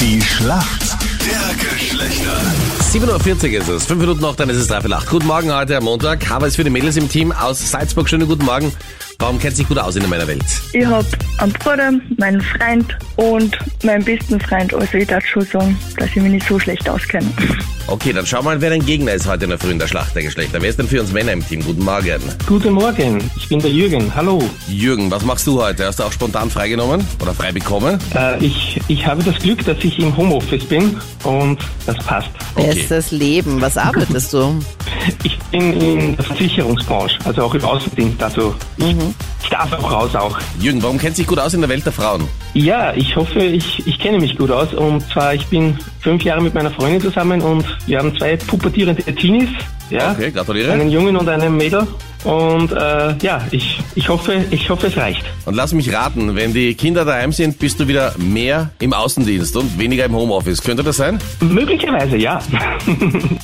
Die Schlacht der Geschlechter. 7.40 Uhr ist es. Fünf Minuten noch, dann ist es dreiviertel acht. Guten Morgen heute am Montag. Haber ist für die Mädels im Team aus Salzburg. Schönen guten Morgen. Warum kennt sich gut aus in meiner Welt? Ich hab einen Bruder, meinen Freund und meinen besten Freund. Also ich darf schon sagen, dass ich mich nicht so schlecht auskenne. Okay, dann schau mal, wer dein Gegner ist heute in der Früh in der Schlacht der Geschlechter. Wer ist denn für uns Männer im Team? Guten Morgen. Guten Morgen, ich bin der Jürgen. Hallo. Jürgen, was machst du heute? Hast du auch spontan freigenommen oder frei bekommen? Äh, ich, ich habe das Glück, dass ich im Homeoffice bin und das passt. Okay. Bestes Leben. Was arbeitest du? Ich bin in der Versicherungsbranche, also auch im Außendienst. Also ich, ich darf auch raus auch. Jürgen, warum kennt sich gut aus in der Welt der Frauen? Ja, ich hoffe, ich, ich kenne mich gut aus. Und zwar, ich bin fünf Jahre mit meiner Freundin zusammen und wir haben zwei pubertierende Teenies. Ja, Okay, gratuliere. einen Jungen und einen Mädel. Und äh, ja, ich, ich, hoffe, ich hoffe, es reicht. Und lass mich raten, wenn die Kinder daheim sind, bist du wieder mehr im Außendienst und weniger im Homeoffice. Könnte das sein? Möglicherweise, ja.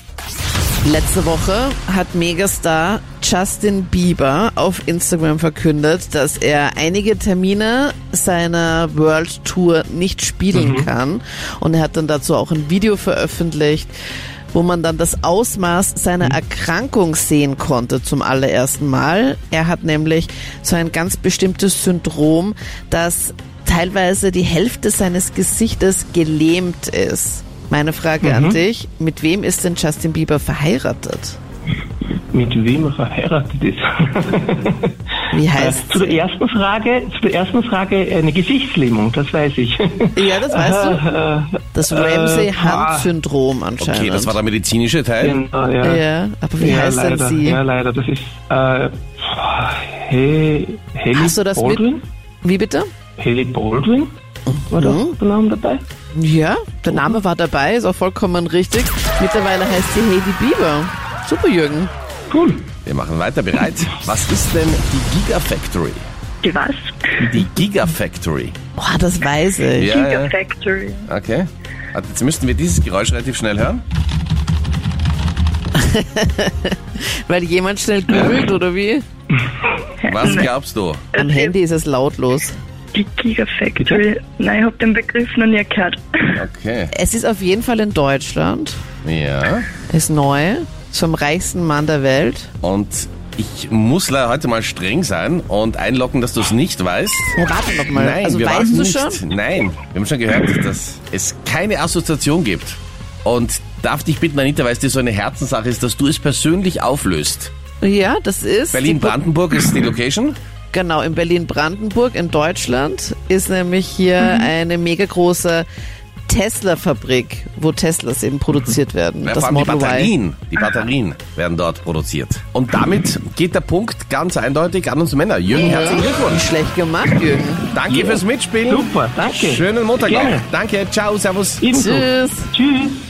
Letzte Woche hat Megastar Justin Bieber auf Instagram verkündet, dass er einige Termine seiner World Tour nicht spielen kann. Und er hat dann dazu auch ein Video veröffentlicht, wo man dann das Ausmaß seiner Erkrankung sehen konnte zum allerersten Mal. Er hat nämlich so ein ganz bestimmtes Syndrom, dass teilweise die Hälfte seines Gesichtes gelähmt ist. Meine Frage Mhm. an dich, mit wem ist denn Justin Bieber verheiratet? Mit wem er verheiratet ist. Wie Äh, heißt zu der ersten Frage, zu der ersten Frage äh, eine Gesichtslähmung, das weiß ich. Ja, das weißt du. Äh, äh, Das Äh, Ramsey-Hunt-Syndrom anscheinend. Okay, das war der medizinische Teil. genau, ja. Ja, aber wie ja, heißt leider, denn sie? Ja, leider, das ist äh, He Haley Hast du das Baldwin? mit? Wie bitte? Haley Baldwin? War da Mhm. der Name dabei? Ja, der Name war dabei, ist auch vollkommen richtig. Mittlerweile heißt sie Heidi Bieber. Super, Jürgen. Cool. Wir machen weiter bereit. Was ist denn die Gigafactory? Die was? Die Gigafactory. Boah, das weiß ich. Ja, ja. Gigafactory. Okay. Also Jetzt müssten wir dieses Geräusch relativ schnell hören. Weil jemand schnell googelt, oder wie? Was glaubst du? Am Handy ist es lautlos. Die Gigafactory. Nein, ich hab den Begriff noch nie gehört. Okay. Es ist auf jeden Fall in Deutschland. Ja. Ist neu. Ist vom reichsten Mann der Welt. Und ich muss leider heute mal streng sein und einloggen, dass du es nicht weißt. Ja, warte noch mal. Nein, also wir weißt warten du nicht. schon? Nein, wir haben schon gehört, dass es keine Assoziation gibt. Und darf dich bitten, Anita, weil es dir so eine Herzenssache ist, dass du es persönlich auflöst. Ja, das ist. die Pu- Berlin-Brandenburg ist die Location. Genau, in Berlin-Brandenburg in Deutschland ist nämlich hier eine mega große Tesla-Fabrik, wo Teslas eben produziert werden. Ja, das vor allem die Model Y. Batterien, die Batterien werden dort produziert. Und damit geht der Punkt ganz eindeutig an uns Männer. Jürgen, herzlichen Glückwunsch. Schlecht gemacht, Jürgen. Danke fürs Mitspielen. Super, danke. Schönen Montag noch. Gerne. Danke, ciao, servus. Ebenso. Tschüss. Tschüss.